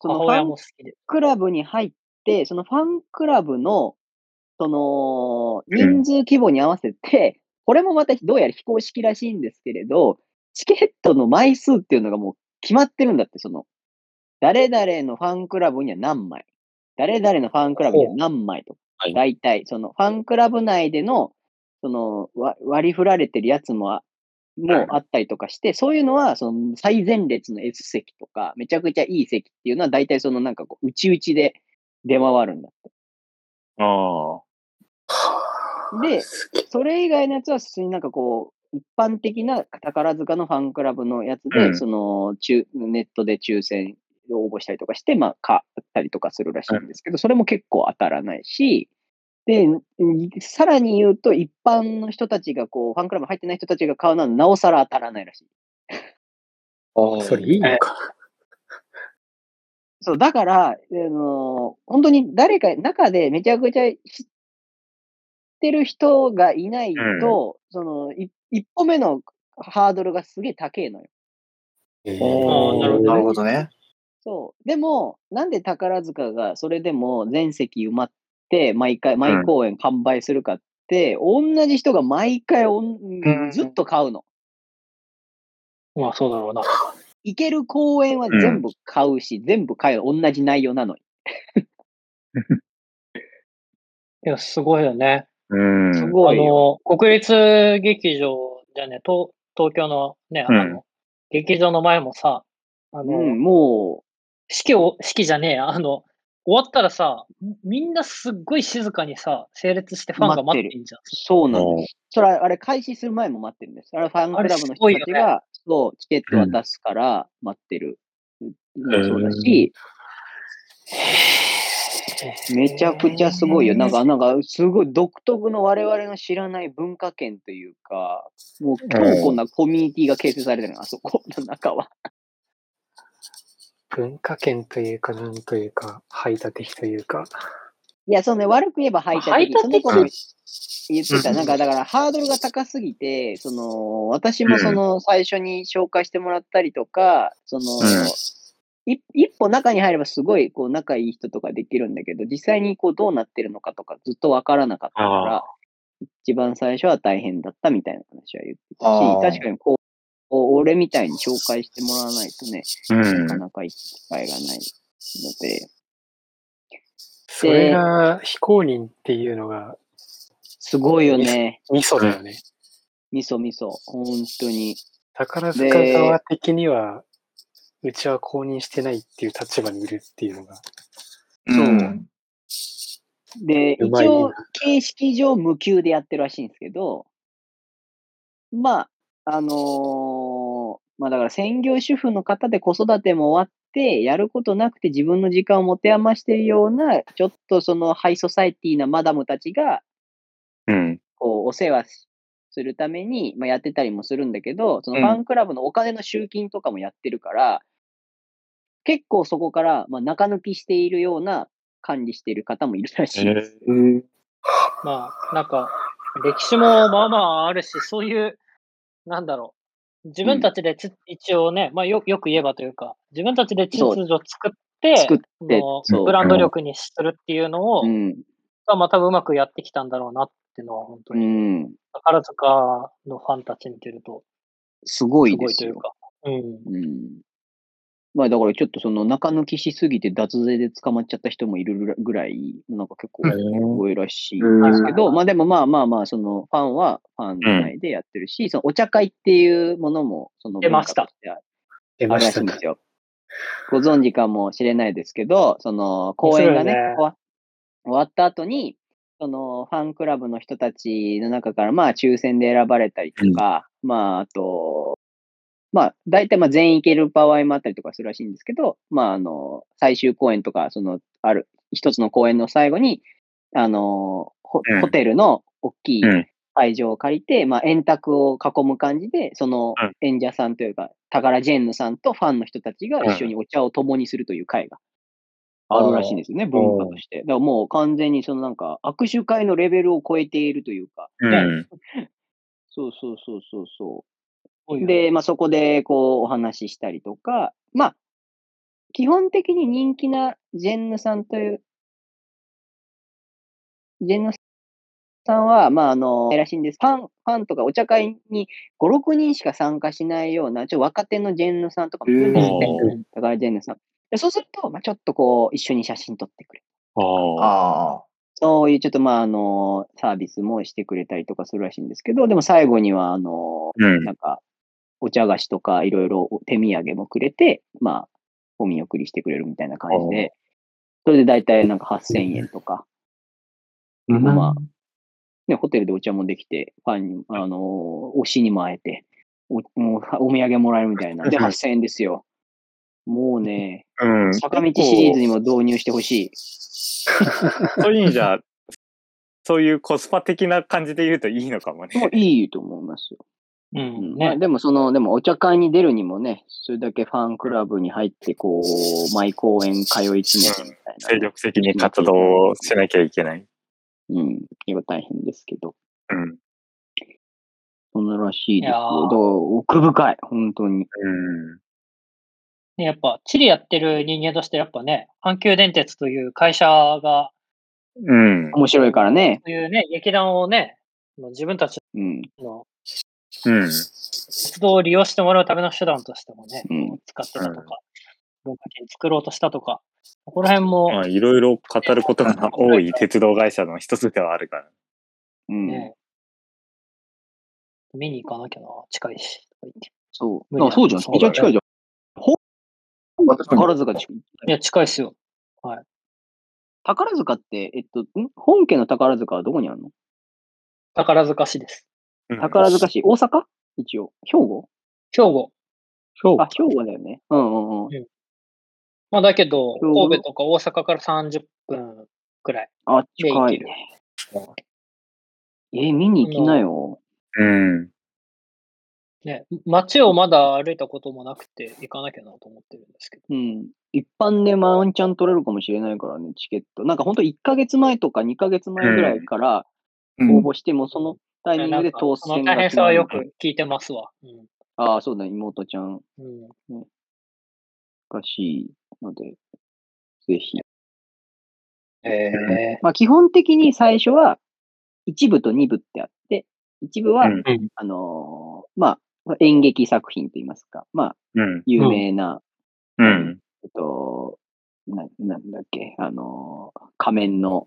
Speaker 2: その
Speaker 1: 母
Speaker 2: ファ
Speaker 1: 親
Speaker 2: ン
Speaker 1: も好きで。
Speaker 2: クラブに入って、そのファンクラブの、その、人数規模に合わせて、これもまたどうやら非公式らしいんですけれど、チケットの枚数っていうのがもう決まってるんだって、その、誰々のファンクラブには何枚、誰々のファンクラブには何枚とか
Speaker 3: はい、
Speaker 2: 大体、そのファンクラブ内でのその、わ割り振られてるやつもあ、もうあったりとかして、そういうのは、その、最前列の S 席とか、めちゃくちゃいい席っていうのは、大体その、なんかこう、内々で出回るんだって。
Speaker 3: あ
Speaker 2: で、
Speaker 4: すげえ
Speaker 2: それ以外のやつは、普通になんかこう、一般的な宝塚のファンクラブのやつで、
Speaker 3: うん
Speaker 2: その、中、ネットで抽選を応募したりとかして、まあ、買ったりとかするらしいんですけど、それも結構当たらないし、で、さらに言うと、一般の人たちがこう、ファンクラブ入ってない人たちが買うのは、なおさら当たらないらしい。
Speaker 6: ああ。
Speaker 4: それいいのか。
Speaker 2: そう、だから、あの本当に誰か、中でめちゃくちゃ知ってる人がいないと、その、い一歩目のハードルがすげえ高いのよ。
Speaker 4: えー
Speaker 1: あーなるほど
Speaker 5: なるほどね。
Speaker 2: そう。でも、なんで宝塚がそれでも全席埋まって、毎回、毎公演完売するかって、同じ人が毎回おん
Speaker 5: ん
Speaker 2: ずっと買うの。
Speaker 1: まあそうだろうな。
Speaker 2: 行ける公演は全部買うし、全部買う。同じ内容なのに。
Speaker 1: いや、すごいよね。
Speaker 3: あ。うん。
Speaker 2: すごいよ。
Speaker 1: あの、国立劇場じゃね、東東京のね、あの、
Speaker 3: うん
Speaker 1: 劇場の前もさ、あの、
Speaker 2: うん、も
Speaker 1: 式を、式じゃねえや、あの、終わったらさ、みんなすっごい静かにさ、整列してファンが待ってんじゃん
Speaker 2: う、。そうなの。
Speaker 3: おー
Speaker 2: それはあれ、開始する前も待ってるんです。あれ、ファンクラ
Speaker 1: あ
Speaker 2: ブの人
Speaker 1: れす
Speaker 2: た
Speaker 1: ご
Speaker 2: ち
Speaker 1: いよ
Speaker 2: が、そう、チケット渡すから待ってる。もそうだし、めちゃくちゃすごいよ。なんか、なんか、すごい独特の我々の知らない文化圏というか、もう強固なコミュニティが形成されてるの、あそこの中は。
Speaker 4: 文化圏というか、なんというか、排他的というか。
Speaker 2: いや、そうね、悪く言えば排他的。
Speaker 1: 排他的
Speaker 2: その子も言ってた。
Speaker 3: うん
Speaker 2: なんか、だから、ハードルが高すぎて、その、私もその、最初に紹介してもらったりとか、その、い一歩中に入ればすごい、こう、仲いい人とかできるんだけど、実際にこう、どうなってるのかとか、ずっとわからなかったから、一番最初は大変だったみたいな話は言って
Speaker 5: あ
Speaker 2: た
Speaker 5: ー
Speaker 2: し、確かにこう、お俺みたいに紹介してもらわないとね、
Speaker 3: うん
Speaker 2: なかなかいい機会がないので、
Speaker 4: それが非公認っていうのが
Speaker 2: すごいよね。
Speaker 4: ミソだよね。
Speaker 2: みそみそ。本当に。
Speaker 4: 宝塚側的には、うちは公認してないっていう立場にいるっていうのが。
Speaker 5: うん。
Speaker 2: で、
Speaker 4: うま
Speaker 2: 一
Speaker 4: いな
Speaker 2: 応、形式上無給でやってるらしいんですけど、まあ、あのーまあだから専業主婦の方で子育ても終わって、やることなくて自分の時間を持て余してるような、ちょっとそのハイソサイティなマダムたちが、
Speaker 3: うん。
Speaker 2: こう、お世話するために、まあ、やってたりもするんだけど、その
Speaker 3: うん
Speaker 2: ファンクラブのお金の集金とかもやってるから、結構そこから、まあ、中抜きしているような管理している方もいるらしいです。
Speaker 5: うん。
Speaker 1: まあ、なんか、歴史もまあまああるし、そういう、なんだろう。自分たちでつ、一応ね、まあよよく言えばというか、自分たちで秩序を作って、
Speaker 2: 作って
Speaker 1: あの
Speaker 2: そう
Speaker 1: ブランド力にするっていうのを、
Speaker 2: うん。
Speaker 1: またうまくやってきたんだろうなっていうのは、本当
Speaker 2: う
Speaker 1: に、
Speaker 2: ん。
Speaker 1: 宝塚のファンたち見てると、
Speaker 2: すご
Speaker 1: す
Speaker 2: い
Speaker 1: ご
Speaker 2: で
Speaker 1: いと
Speaker 2: す
Speaker 1: いう
Speaker 2: よ。
Speaker 1: か。うん。
Speaker 2: うん。まあだからちょっとその中抜きしすぎて脱税で捕まっちゃった人もいるぐらい、なんか結構多いらしいんですけど、まあでもまあまあまあ、そのファンはファン内でやってるし、そのお茶会っていうものも、その
Speaker 1: 出ました
Speaker 2: 文化としてある
Speaker 4: 出
Speaker 2: あ
Speaker 4: ま
Speaker 2: るら
Speaker 4: し
Speaker 2: したいんで
Speaker 4: ね
Speaker 2: す。よ。ご存知かもしれないですけど、その公演が
Speaker 1: 面白
Speaker 2: ね、
Speaker 1: いよね
Speaker 2: 終わ終わった後に、そのファンクラブの人たちの中から、まあ抽選で選ばれたりとか、まああと、まあ大体まあ全員行ける場合もあったりとかするらしいんですけど、まああの、最終公演とか、そのある、一つの公演の最後に、あの、ホ
Speaker 3: うん
Speaker 2: ホテルの大きい
Speaker 3: うん
Speaker 2: 会場を借りて、まあ、円卓を囲む感じで、その
Speaker 3: うん
Speaker 2: 演者さんというか、タカラジェンヌさんとファンの人たちが一緒にお茶を共にするという会があるらしいんですよね、文化として。だからもう完全にそのなんか握手会のレベルを超えているというか、
Speaker 3: うん。
Speaker 2: そうそうそうそうそう。
Speaker 1: 多いよね
Speaker 2: で、まあ、そこで、こう、お話ししたりとか、まあ、基本的に人気なジェンヌさんという、ジェンヌさんは、まあ、あの、らしいんです。ファン、ファンとかお茶会に5、6人しか参加しないような、ちょっと若手のジェンヌさんとかもいるんですって
Speaker 3: へ
Speaker 4: ー、
Speaker 2: だからジェンヌさん。でそうすると、まあ、ちょっとこう、一緒に写真撮ってくれ。
Speaker 3: ああ。
Speaker 5: ああ。
Speaker 2: そういうちょっとまあ、あの、サービスもしてくれたりとかするらしいんですけど、でも最後には、あの、
Speaker 3: うん
Speaker 2: なんか、お茶菓子とかいろいろ手土産もくれて、まあ、お見送りしてくれるみたいな感じで、それで大体なんか8000円とか、まあ、ね、ホテルでお茶もできて、ファンに、あの、推しにも会えて、おもうお土産もらえるみたい な。で、8000円ですよ。もうね、
Speaker 3: うん。
Speaker 2: 坂道シリーズにも導入してほしい。
Speaker 3: そういう意味じゃ、そういうコスパ的な感じで言うといいのかもね。
Speaker 2: もういいと思いますよ。
Speaker 1: う。
Speaker 2: うんんまあ、
Speaker 1: ね。
Speaker 2: でもその、でもお茶会に出るにもね、それだけファンクラブに入って、こう、毎公演通い詰めてみたいな
Speaker 3: 精。力的に活動しなきゃいけない。
Speaker 2: うん。今大変ですけど。
Speaker 3: うん。
Speaker 2: そんならしいで
Speaker 1: い
Speaker 2: す
Speaker 1: やー
Speaker 2: よ。だから奥深い、本当に。
Speaker 3: うん。
Speaker 1: ねやっぱ、チリやってる人間として、やっぱね、阪急電鉄という会社が、
Speaker 3: うん。
Speaker 2: 面白いからね。
Speaker 1: そういうね、劇団をね、その自分たち
Speaker 2: うん。
Speaker 1: の
Speaker 3: うん。
Speaker 1: 活動を利用してもらうための手段としてもね、
Speaker 2: うん。
Speaker 1: 使ってたとか、文化圏作ろうとしたとか、ここら辺も、
Speaker 3: まあ、いろいろ語ることが多い 鉄道会社の一つではあるから。
Speaker 2: うん。
Speaker 1: ね、見に行かなきゃな、近いし。とか言って
Speaker 2: そう。
Speaker 1: 無理
Speaker 2: あ、そうじゃん。
Speaker 1: そう
Speaker 2: め
Speaker 1: だ
Speaker 2: ち
Speaker 1: ね
Speaker 2: ゃ近いじゃん。ほ
Speaker 5: 確かに
Speaker 2: 宝塚近い
Speaker 1: いや、近いっすよ。
Speaker 2: 宝塚って、えっと、ん本家の宝塚はどこにあるの
Speaker 1: 宝塚市です。
Speaker 3: うん
Speaker 2: 宝塚市、大阪一応。兵庫
Speaker 1: 兵庫。
Speaker 4: そう
Speaker 2: あ、兵庫だよね。うんうんうん。
Speaker 1: まあ、だけど、
Speaker 2: 兵庫
Speaker 1: 神戸とか大阪から30分くらい。
Speaker 2: あ、近
Speaker 1: で
Speaker 2: い
Speaker 1: 行
Speaker 2: ね。え、見に行きなよ。
Speaker 3: うん。
Speaker 1: ね、街をまだ歩いたこともなくて、行かなきゃなと思ってるんですけど。
Speaker 2: うん。一般でワンチャン取れるかもしれないからね、チケット。なんかほんと1ヶ月前とか2ヶ月前ぐらいから応募しても、そのタイミングで
Speaker 1: な
Speaker 2: 当
Speaker 1: ん
Speaker 2: 選
Speaker 1: かその大
Speaker 2: が
Speaker 1: 変
Speaker 2: 決
Speaker 1: さ
Speaker 2: ま
Speaker 1: は
Speaker 2: る
Speaker 1: よく聞いてますわ。うん。
Speaker 2: ああ、そうだ、妹ちゃん
Speaker 1: うん、
Speaker 2: らしいので、ぜひ。
Speaker 1: ええ
Speaker 2: まあ基本的に最初は、一部と二部ってあって、一部は、
Speaker 3: うん
Speaker 2: あのーまあ、演劇作品といいますか、まあ、
Speaker 3: うん。
Speaker 2: 有名な、
Speaker 3: うん。
Speaker 2: えっと、な、なんだっけ、あのー仮面の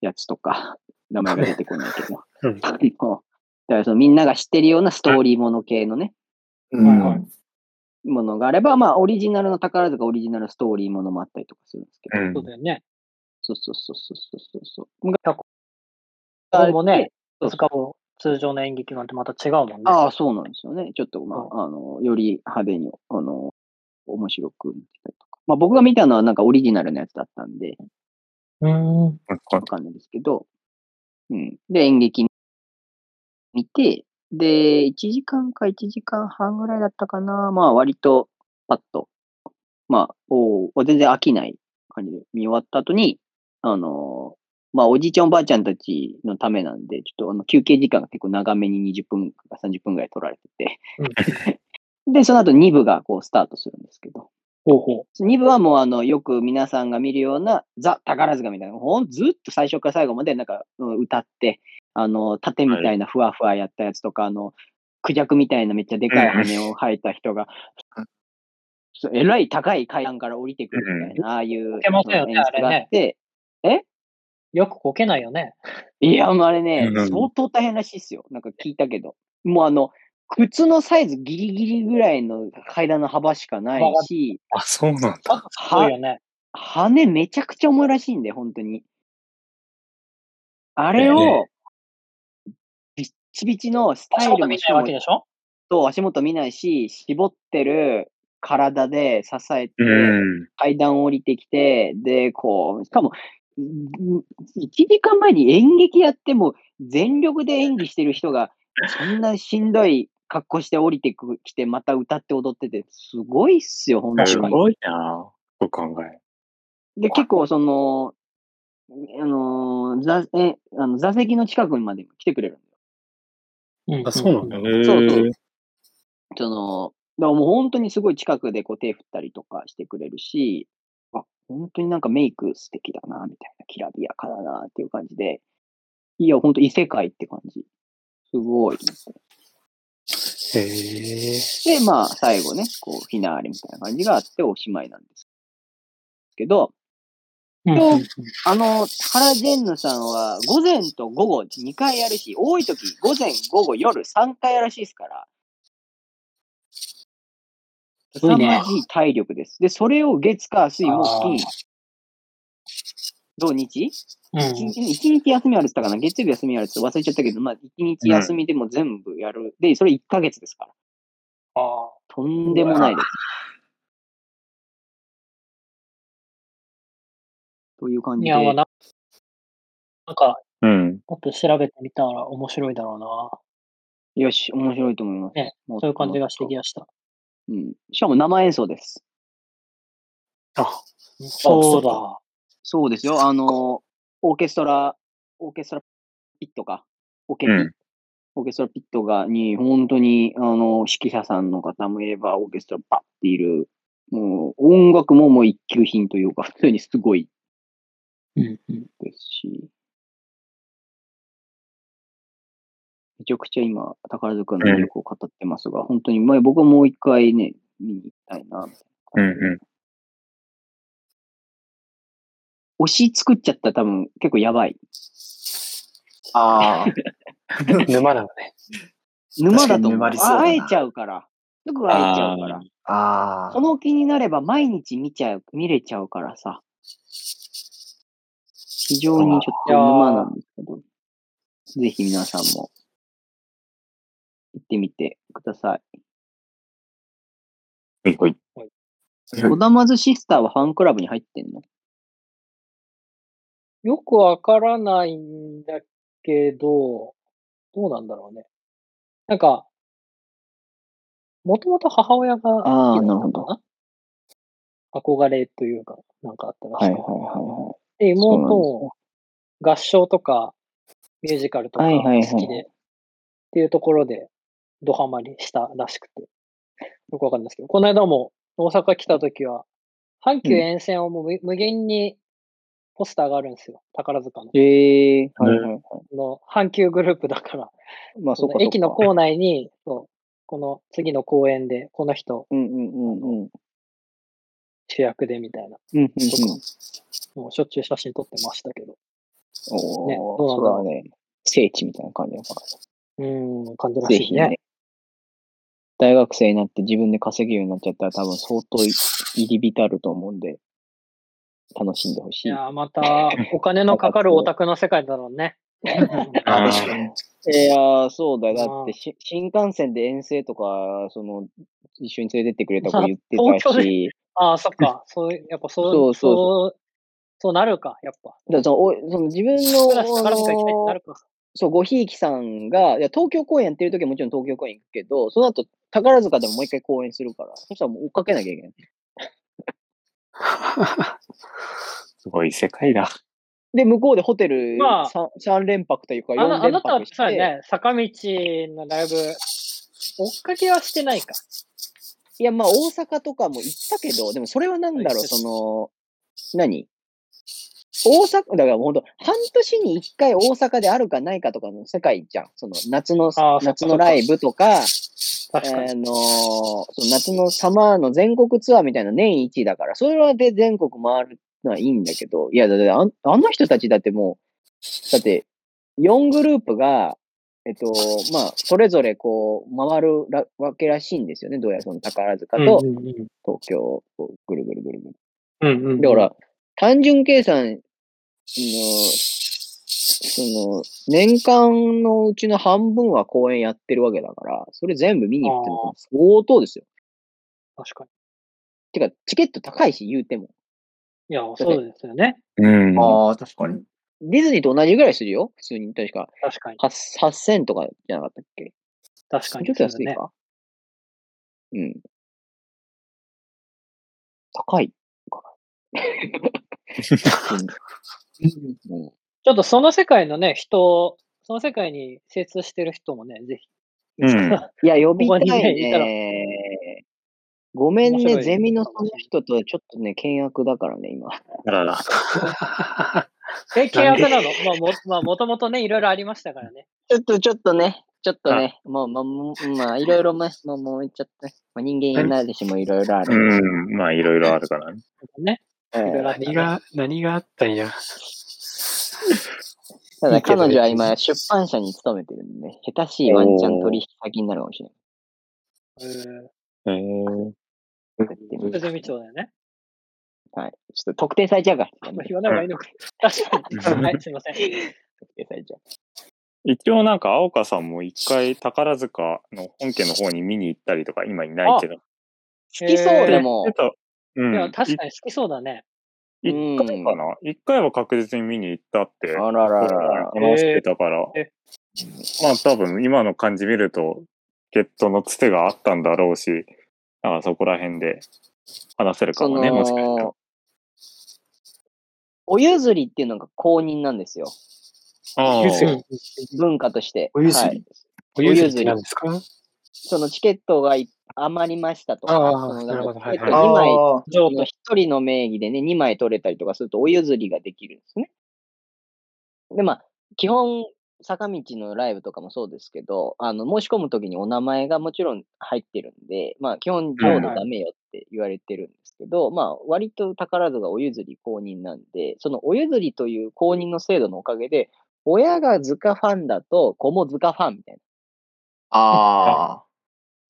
Speaker 2: やつとか、 名前が出てこないけど、
Speaker 4: うん
Speaker 2: あのだからそのみんなが知ってるようなストーリーもの系のね、
Speaker 5: うん。
Speaker 2: ものがあれば、まあ、オリジナルの宝塚オリジナルストーリーものもあったりとかするんですけど、
Speaker 3: うん
Speaker 1: そうだよね。
Speaker 2: そうそうそうそうそうそう。昔
Speaker 1: ここもね、
Speaker 2: そ
Speaker 1: 大
Speaker 2: うそう
Speaker 1: 阪も通常の演劇なんてまた違うもんね。
Speaker 2: ああ、そうなんですよね。ちょっと、まあ、あの、より派手に、あの、面白くなったりとか。まあ、僕が見たのはなんかオリジナルのやつだったんで、
Speaker 1: うん。
Speaker 2: わかんないですけど、うん。で、演劇見て、で、1時間か1時間半ぐらいだったかな。まあ、割と、パッと、まあ、おー全然飽きない感じで見終わった後に、あのーまあ、おじいちゃんおばあちゃんたちのためなんで、ちょっとあの休憩時間が結構長めに20分か30分ぐらい取られてて、 で、その後2部がこうスタートするんですけど、
Speaker 1: ほうほ
Speaker 2: 2部はもうあの、よく皆さんが見るような、ザ・宝塚みたいな、ほんずっと最初から最後までなんかうん歌って、あの、盾みたいなふわふわやったやつとか、あの、クジャクみたいなめっちゃでかい羽を生えた人が、そうえらい高い階段から降りてくるみたいな、ああいう
Speaker 1: いけませんよね
Speaker 2: そのがあって、
Speaker 1: う。よくこけないよね。
Speaker 2: いや、もうあれね
Speaker 3: うん、
Speaker 2: 相当大変らしいっすよ。なんか聞いたけど。もうあの、靴のサイズギリギリぐらいの階段の幅しかないし、
Speaker 3: あ、そうなんだ。
Speaker 1: そうよね。
Speaker 2: 羽めちゃくちゃ重いらしいんで、本当に。あれ
Speaker 3: え
Speaker 2: を、ビッチビチのスタ
Speaker 1: 足
Speaker 2: イ
Speaker 1: 元
Speaker 2: ルも
Speaker 1: 見
Speaker 2: し
Speaker 1: ない
Speaker 2: か
Speaker 1: わ
Speaker 2: も
Speaker 1: けでしょ
Speaker 2: と足元見ないし、絞ってる体で支えて、
Speaker 3: うん。
Speaker 2: 階段を降りてきて、で、こう、しかも、1時間前に演劇やっても、全力で演技してる人が、そんなしんどい格好して降りてくきて、また歌って踊ってて、すごいっすよ、本
Speaker 3: す
Speaker 2: 当に。
Speaker 3: ごいなそう考え。
Speaker 2: で、結構、その、あのー座えあの座席の近くまで来てくれる。
Speaker 1: うん
Speaker 4: あ、そうなんだ。
Speaker 2: そうそう
Speaker 3: へー
Speaker 2: その、だからもう本当にすごい近くでこう手振ったりとかしてくれるし、あ、本当になんかメイク素敵だな、みたいな、きらびやかだな、っていう感じで、いや、本当異世界って感じ。すごい。
Speaker 4: へえ。
Speaker 2: で、まあ、最後ね、こう、フィナーレみたいな感じがあっておしまいなんですけど、今日、あの、原ジェンヌさんは午前と午後2回やるし、多い時午前、午後、夜3回やるらしいですから。
Speaker 1: すごいね
Speaker 2: 凄まじい体力です。で、それを月、火、水、木、金、土日
Speaker 1: うん
Speaker 2: 一日一日休みあるって言ったかな月曜日休みあるって忘れちゃったけど、まあ、一日休みでも全部やる。で、それ1ヶ月ですから。
Speaker 1: あ
Speaker 2: とんでもないです。という感
Speaker 1: い
Speaker 2: じ
Speaker 1: や、まあ
Speaker 2: で。
Speaker 1: ななんか、
Speaker 3: うん。
Speaker 1: もっと調べてみたら面白いだろう
Speaker 2: よし、面白いと思います。
Speaker 1: ね
Speaker 2: も
Speaker 1: な。そ
Speaker 2: っと
Speaker 1: ういう感じがしてきました。
Speaker 2: うん。しかも生演奏です。
Speaker 1: そうだ。
Speaker 2: そうですよ。あの、オーケストラ、オーケストラピットか。オケピ、
Speaker 3: うん
Speaker 2: オーケストラピットが、に、本当に、あの、指揮者さんの方もいれば、オーケストラバッている、もう、音楽ももう一級品というか、 普通にすごい
Speaker 1: うんうん。
Speaker 2: ですし、めちゃくちゃ今、宝塚の魅力を語ってますが、本当に、まあ、僕はもう一回ね、見に行きたいな。
Speaker 3: うんう
Speaker 2: 推し作っちゃったら多分、結構やばい。
Speaker 5: ああ。
Speaker 4: 沼なの ね。
Speaker 2: 沼だ
Speaker 5: 確か
Speaker 2: と思
Speaker 5: に
Speaker 2: う
Speaker 5: 沼りそうだな
Speaker 2: 会えちゃうから。すぐ会えちゃうから。
Speaker 5: あ
Speaker 2: この気になれば毎日見ちゃう、見れちゃうからさ。非常にちょっと沼なんですけど、ぜひ皆さんも行ってみてください。
Speaker 3: ん。ほいはい
Speaker 2: 小玉津シスターはファンクラブに入ってんの
Speaker 1: よくわからないんだけど、どうなんだろうね。なんか、もともと母親が
Speaker 2: あー
Speaker 1: 好きだったの
Speaker 2: な
Speaker 1: かな憧れというか、なんかあったらしくて
Speaker 2: は
Speaker 1: で、
Speaker 2: そうなん
Speaker 1: 妹も合唱とかミュージカルとか
Speaker 2: はいはいはい
Speaker 1: 好きで、っていうところでドハマりしたらしくて、よくわかんないですけど、この間も大阪来た時は、阪急沿線をもう無無限にポスターがあるんですよ。宝塚の。
Speaker 2: い。えー、はいはいはい。
Speaker 1: あの阪急グループだから、
Speaker 2: まあそっかそっか。
Speaker 1: 駅の構内に、そう、この次の公演で、この人
Speaker 2: うんうんうんうん。
Speaker 1: 主役でみたいな、
Speaker 2: うんうんうん。
Speaker 1: とか、もうしょっちゅう写真撮ってましたけど、
Speaker 2: おー、
Speaker 1: ねどうなん
Speaker 2: そ
Speaker 1: だ
Speaker 2: れ
Speaker 1: ろ
Speaker 2: はね、聖地みたいな感じだから。
Speaker 1: うーん、感じら
Speaker 2: ぜ
Speaker 1: しい
Speaker 2: ひ
Speaker 1: ね
Speaker 2: ね。。大学生になって自分で稼ぐようになっちゃったら多分相当入り浸ると思うんで、楽しんでほし
Speaker 1: い
Speaker 2: い。
Speaker 1: やー、また、お金のかかるオタクの世界だろう ね。
Speaker 5: あ
Speaker 3: あ
Speaker 5: ー。
Speaker 3: ー
Speaker 5: 確かに。
Speaker 2: いやー、そうだよ。だ
Speaker 1: あー
Speaker 2: ってし新幹線で遠征とか、その、一緒に連れてってくれた子
Speaker 1: まあ
Speaker 2: 言ってた
Speaker 1: 東京
Speaker 2: し、
Speaker 1: ああ、そっか。そういう、やっぱそう、
Speaker 2: そうそう
Speaker 1: そう、そうなるか、やっぱ。
Speaker 2: だからそのおその自分
Speaker 1: クラス
Speaker 2: の、
Speaker 1: 宝塚行きたいってな
Speaker 2: あの
Speaker 1: るか。
Speaker 2: そう、ごひいきさんが、いや東京公演やってる時はもちろん東京公演行くけど、その後、宝塚でももう一回公演するから、そしたらもう追っかけなきゃいけない。
Speaker 3: すごい世界だ。
Speaker 2: で、向こうでホテル
Speaker 1: まあ
Speaker 2: 3, 三連泊というか
Speaker 1: あな
Speaker 2: 4
Speaker 1: あ
Speaker 2: 連
Speaker 1: なたは
Speaker 2: 泊して。
Speaker 1: さ、ね、坂道のライブ、追っかけはしてないか。
Speaker 2: いや、まあ、大阪とかも行ったけど、でもそれはなんだろう、その、何大阪、だからもう本当、半年に一回大阪であるかないかとかの世界じゃん。その、夏の
Speaker 1: あーそっか、
Speaker 2: 夏のライブとか、
Speaker 1: 確
Speaker 2: あ
Speaker 1: か
Speaker 2: のー
Speaker 1: に。
Speaker 2: その夏のサマーの全国ツアーみたいな年一だから、それはで全国回るのはいいんだけど、いや、だってあんあの人たちだってもう、だって4グループが、えっと、まあ、それぞれこう、回るらわけらしいんですよね。どうやらその宝塚と
Speaker 1: うんうん
Speaker 2: 東京をぐるぐるぐるぐる。
Speaker 1: うんうん
Speaker 2: だから、単純計算の、その、年間のうちの半分は公演やってるわけだから、それ全部見に行くってのは相当ですよ。
Speaker 1: 確かに。
Speaker 2: てか、チケット高いし、言うても。
Speaker 1: いや、そうですよね。
Speaker 3: うん。
Speaker 5: ああ、確かに。
Speaker 2: ディズニーと同じぐらいするよ。普通に、確か。
Speaker 1: 確かに。
Speaker 2: はっ8000とかじゃなかったっけ
Speaker 1: 確かに。
Speaker 2: ちょっと安い
Speaker 1: そう
Speaker 2: か。うん。高いから。うんうん
Speaker 1: ちょっとその世界のね、人、その世界に精通してる人もね、ぜひ。
Speaker 3: うん
Speaker 2: いや、呼びたい
Speaker 1: ここにねいたら
Speaker 2: ね。ごめん
Speaker 1: 面白
Speaker 2: ね、
Speaker 1: い
Speaker 2: ゼミのその人とちょっとね、倹約だからね、今。
Speaker 3: あらら。
Speaker 1: え、契約なのまあ、も、まあ、もともとね、いろいろありましたからね。
Speaker 2: ちょっと、ちょっとね、ちょっとね、もう、まあ、もうまあ、いろいろ、まあ、もう、もう言っちゃって、まあ、人間になるしもいろいろある。
Speaker 3: うん。まあ、いろいろあるからね。
Speaker 1: ね。
Speaker 2: えー
Speaker 4: 何が、何があったんや。
Speaker 2: ただ彼女は今出版社に勤めてるんで、ね、下手しいワンチャン取引先になるかもしれない。
Speaker 1: えー、
Speaker 3: えー、
Speaker 2: 作ってみ
Speaker 1: 小
Speaker 2: る
Speaker 1: 泉町だよね。
Speaker 2: はい。ちょっと特定されちゃうから。
Speaker 1: あんま言わない方がいいのか。 確かに。はい、すいません。
Speaker 2: 特定されちゃ
Speaker 3: 一応なんか青香さんも一回宝塚の本家の方に見に行ったりとか今いないけど。
Speaker 2: う。好きそうで
Speaker 1: ね。
Speaker 2: も
Speaker 3: ちょっ、とう
Speaker 1: い
Speaker 3: ん。
Speaker 1: や、確
Speaker 3: い
Speaker 1: かに好きそうだね。
Speaker 3: 一回かな一回は確実に見に行ったって。
Speaker 2: あらららら。
Speaker 3: 話してたから。
Speaker 1: え
Speaker 3: まあ多分今の感じ見ると、ゲットのつてがあったんだろうし、なんかそこら辺で話せるか
Speaker 2: そ
Speaker 3: もね、もしかしたら
Speaker 2: の、お譲りっていうのが公認なんですよ。。
Speaker 3: ああ
Speaker 4: ゆずり
Speaker 2: 文化として。
Speaker 4: お譲り
Speaker 2: はい
Speaker 4: おゆずりって何ですか
Speaker 2: そのチケットがい余りましたとか、
Speaker 4: ああ
Speaker 2: その
Speaker 4: なるほど
Speaker 2: チケット
Speaker 4: は
Speaker 2: 2
Speaker 4: い
Speaker 2: 枚、
Speaker 5: あ
Speaker 1: 譲
Speaker 2: その
Speaker 1: 渡
Speaker 2: 1。人の名義でね、2枚取れたりとかするとお譲りができるんですね。で、まあ、基本、坂道のライブとかもそうですけど、あの、申し込むときにお名前がもちろん入ってるんで、まあ、基本、
Speaker 3: はいは
Speaker 2: 領
Speaker 3: い
Speaker 2: 土ダメよって言われてるんですけど、まあ、割と宝塚お譲り公認なんで、そのお譲りという公認の制度のおかげで、親が塚ファンだと、子も塚ファンみたいな。
Speaker 5: あ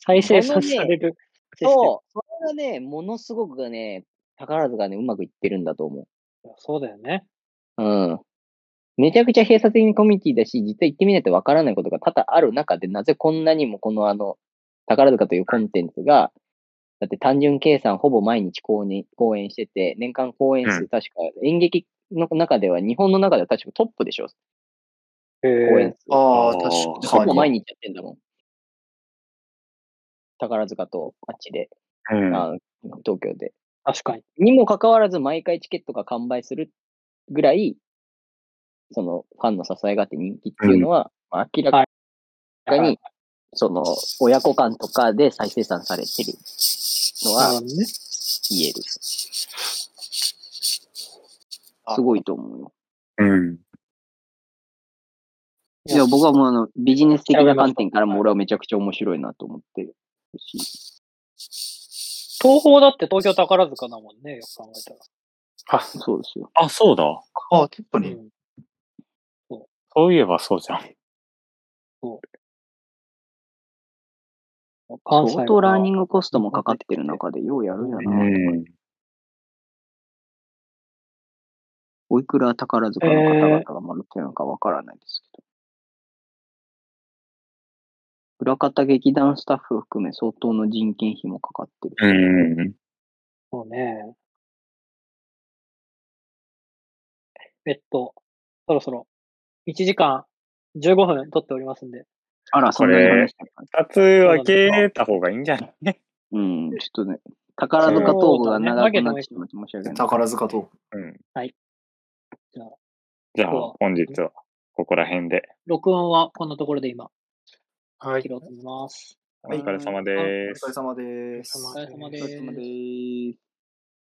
Speaker 1: 再生さされるシステム。
Speaker 2: そう、それがね、ものすごくね、宝塚ね、うまくいってるんだと思
Speaker 1: そうだよね。
Speaker 2: う。うん。めちゃくちゃ閉鎖的にコミュニティだし、実際行ってみないとわからないことが多々ある中で、なぜこんなにもこのあの、宝塚というコンテンツが、だって単純計算ほぼ毎日公演公演してて、年間公演
Speaker 3: う
Speaker 2: 数確か演劇の中では、日本の中では確かトップでしょ、
Speaker 4: え
Speaker 2: 公演
Speaker 4: ー、
Speaker 2: 数。
Speaker 5: あ。ああ、
Speaker 3: あー
Speaker 5: 確
Speaker 2: ほ
Speaker 5: か
Speaker 2: ぼ
Speaker 5: に。
Speaker 2: 毎日やってんだもん。宝塚とあっちで、
Speaker 3: うん
Speaker 2: あ東京で。
Speaker 1: 確かに。
Speaker 2: にもかかわらず毎回チケットが完売するぐらい、そのファンの支えがあって人気っていうのは、まあ明らかに、
Speaker 1: はい
Speaker 2: その親子間とかで再生産されてるの
Speaker 1: なる
Speaker 2: は
Speaker 1: ほどね。
Speaker 2: 言える。
Speaker 5: あ
Speaker 2: すごいと思うよ。
Speaker 3: うん。
Speaker 2: いや、僕はもうあのビジネス的な観点からも俺はめちゃくちゃ面白いなと思ってるし。
Speaker 1: 東宝だって東京宝塚だもんね、よく考えたら。
Speaker 4: あ、
Speaker 2: そうですよ。
Speaker 3: あ、そうだ。
Speaker 5: ああ、確か
Speaker 1: う
Speaker 5: に。
Speaker 1: ん、
Speaker 3: そういえばそうじゃん。
Speaker 1: 関西
Speaker 2: 相当ランニ
Speaker 1: ン
Speaker 2: ングコストもかかってる中でようやるんやな。
Speaker 3: うん。
Speaker 2: おいくら宝塚の方々がもらってるのかわからないですけど。裏方劇団スタッフ含め相当の人件費もかかってる。
Speaker 3: うん。
Speaker 1: そうね。えっと、そろそろ1時間15分撮っておりますんで。
Speaker 2: あら、そんなに話したか
Speaker 3: 二つ分けた方がいいんじゃない
Speaker 2: うん、ちょっとね、宝塚トークが長くなってしまって申し訳ない。
Speaker 5: 宝塚と。
Speaker 3: うん。
Speaker 1: はい。
Speaker 3: じ
Speaker 1: じ
Speaker 3: ゃ
Speaker 1: ゃ
Speaker 3: あ
Speaker 1: あ、
Speaker 3: 本日はここら辺で。
Speaker 1: 録音はこんなところで今、
Speaker 4: は
Speaker 1: 切
Speaker 4: い。
Speaker 1: ろうと思います。
Speaker 3: お疲れ様
Speaker 5: お
Speaker 3: です。
Speaker 5: 疲れ様です。
Speaker 1: お疲れ様
Speaker 4: お疲
Speaker 1: で
Speaker 2: お疲れ様
Speaker 1: す。
Speaker 2: です。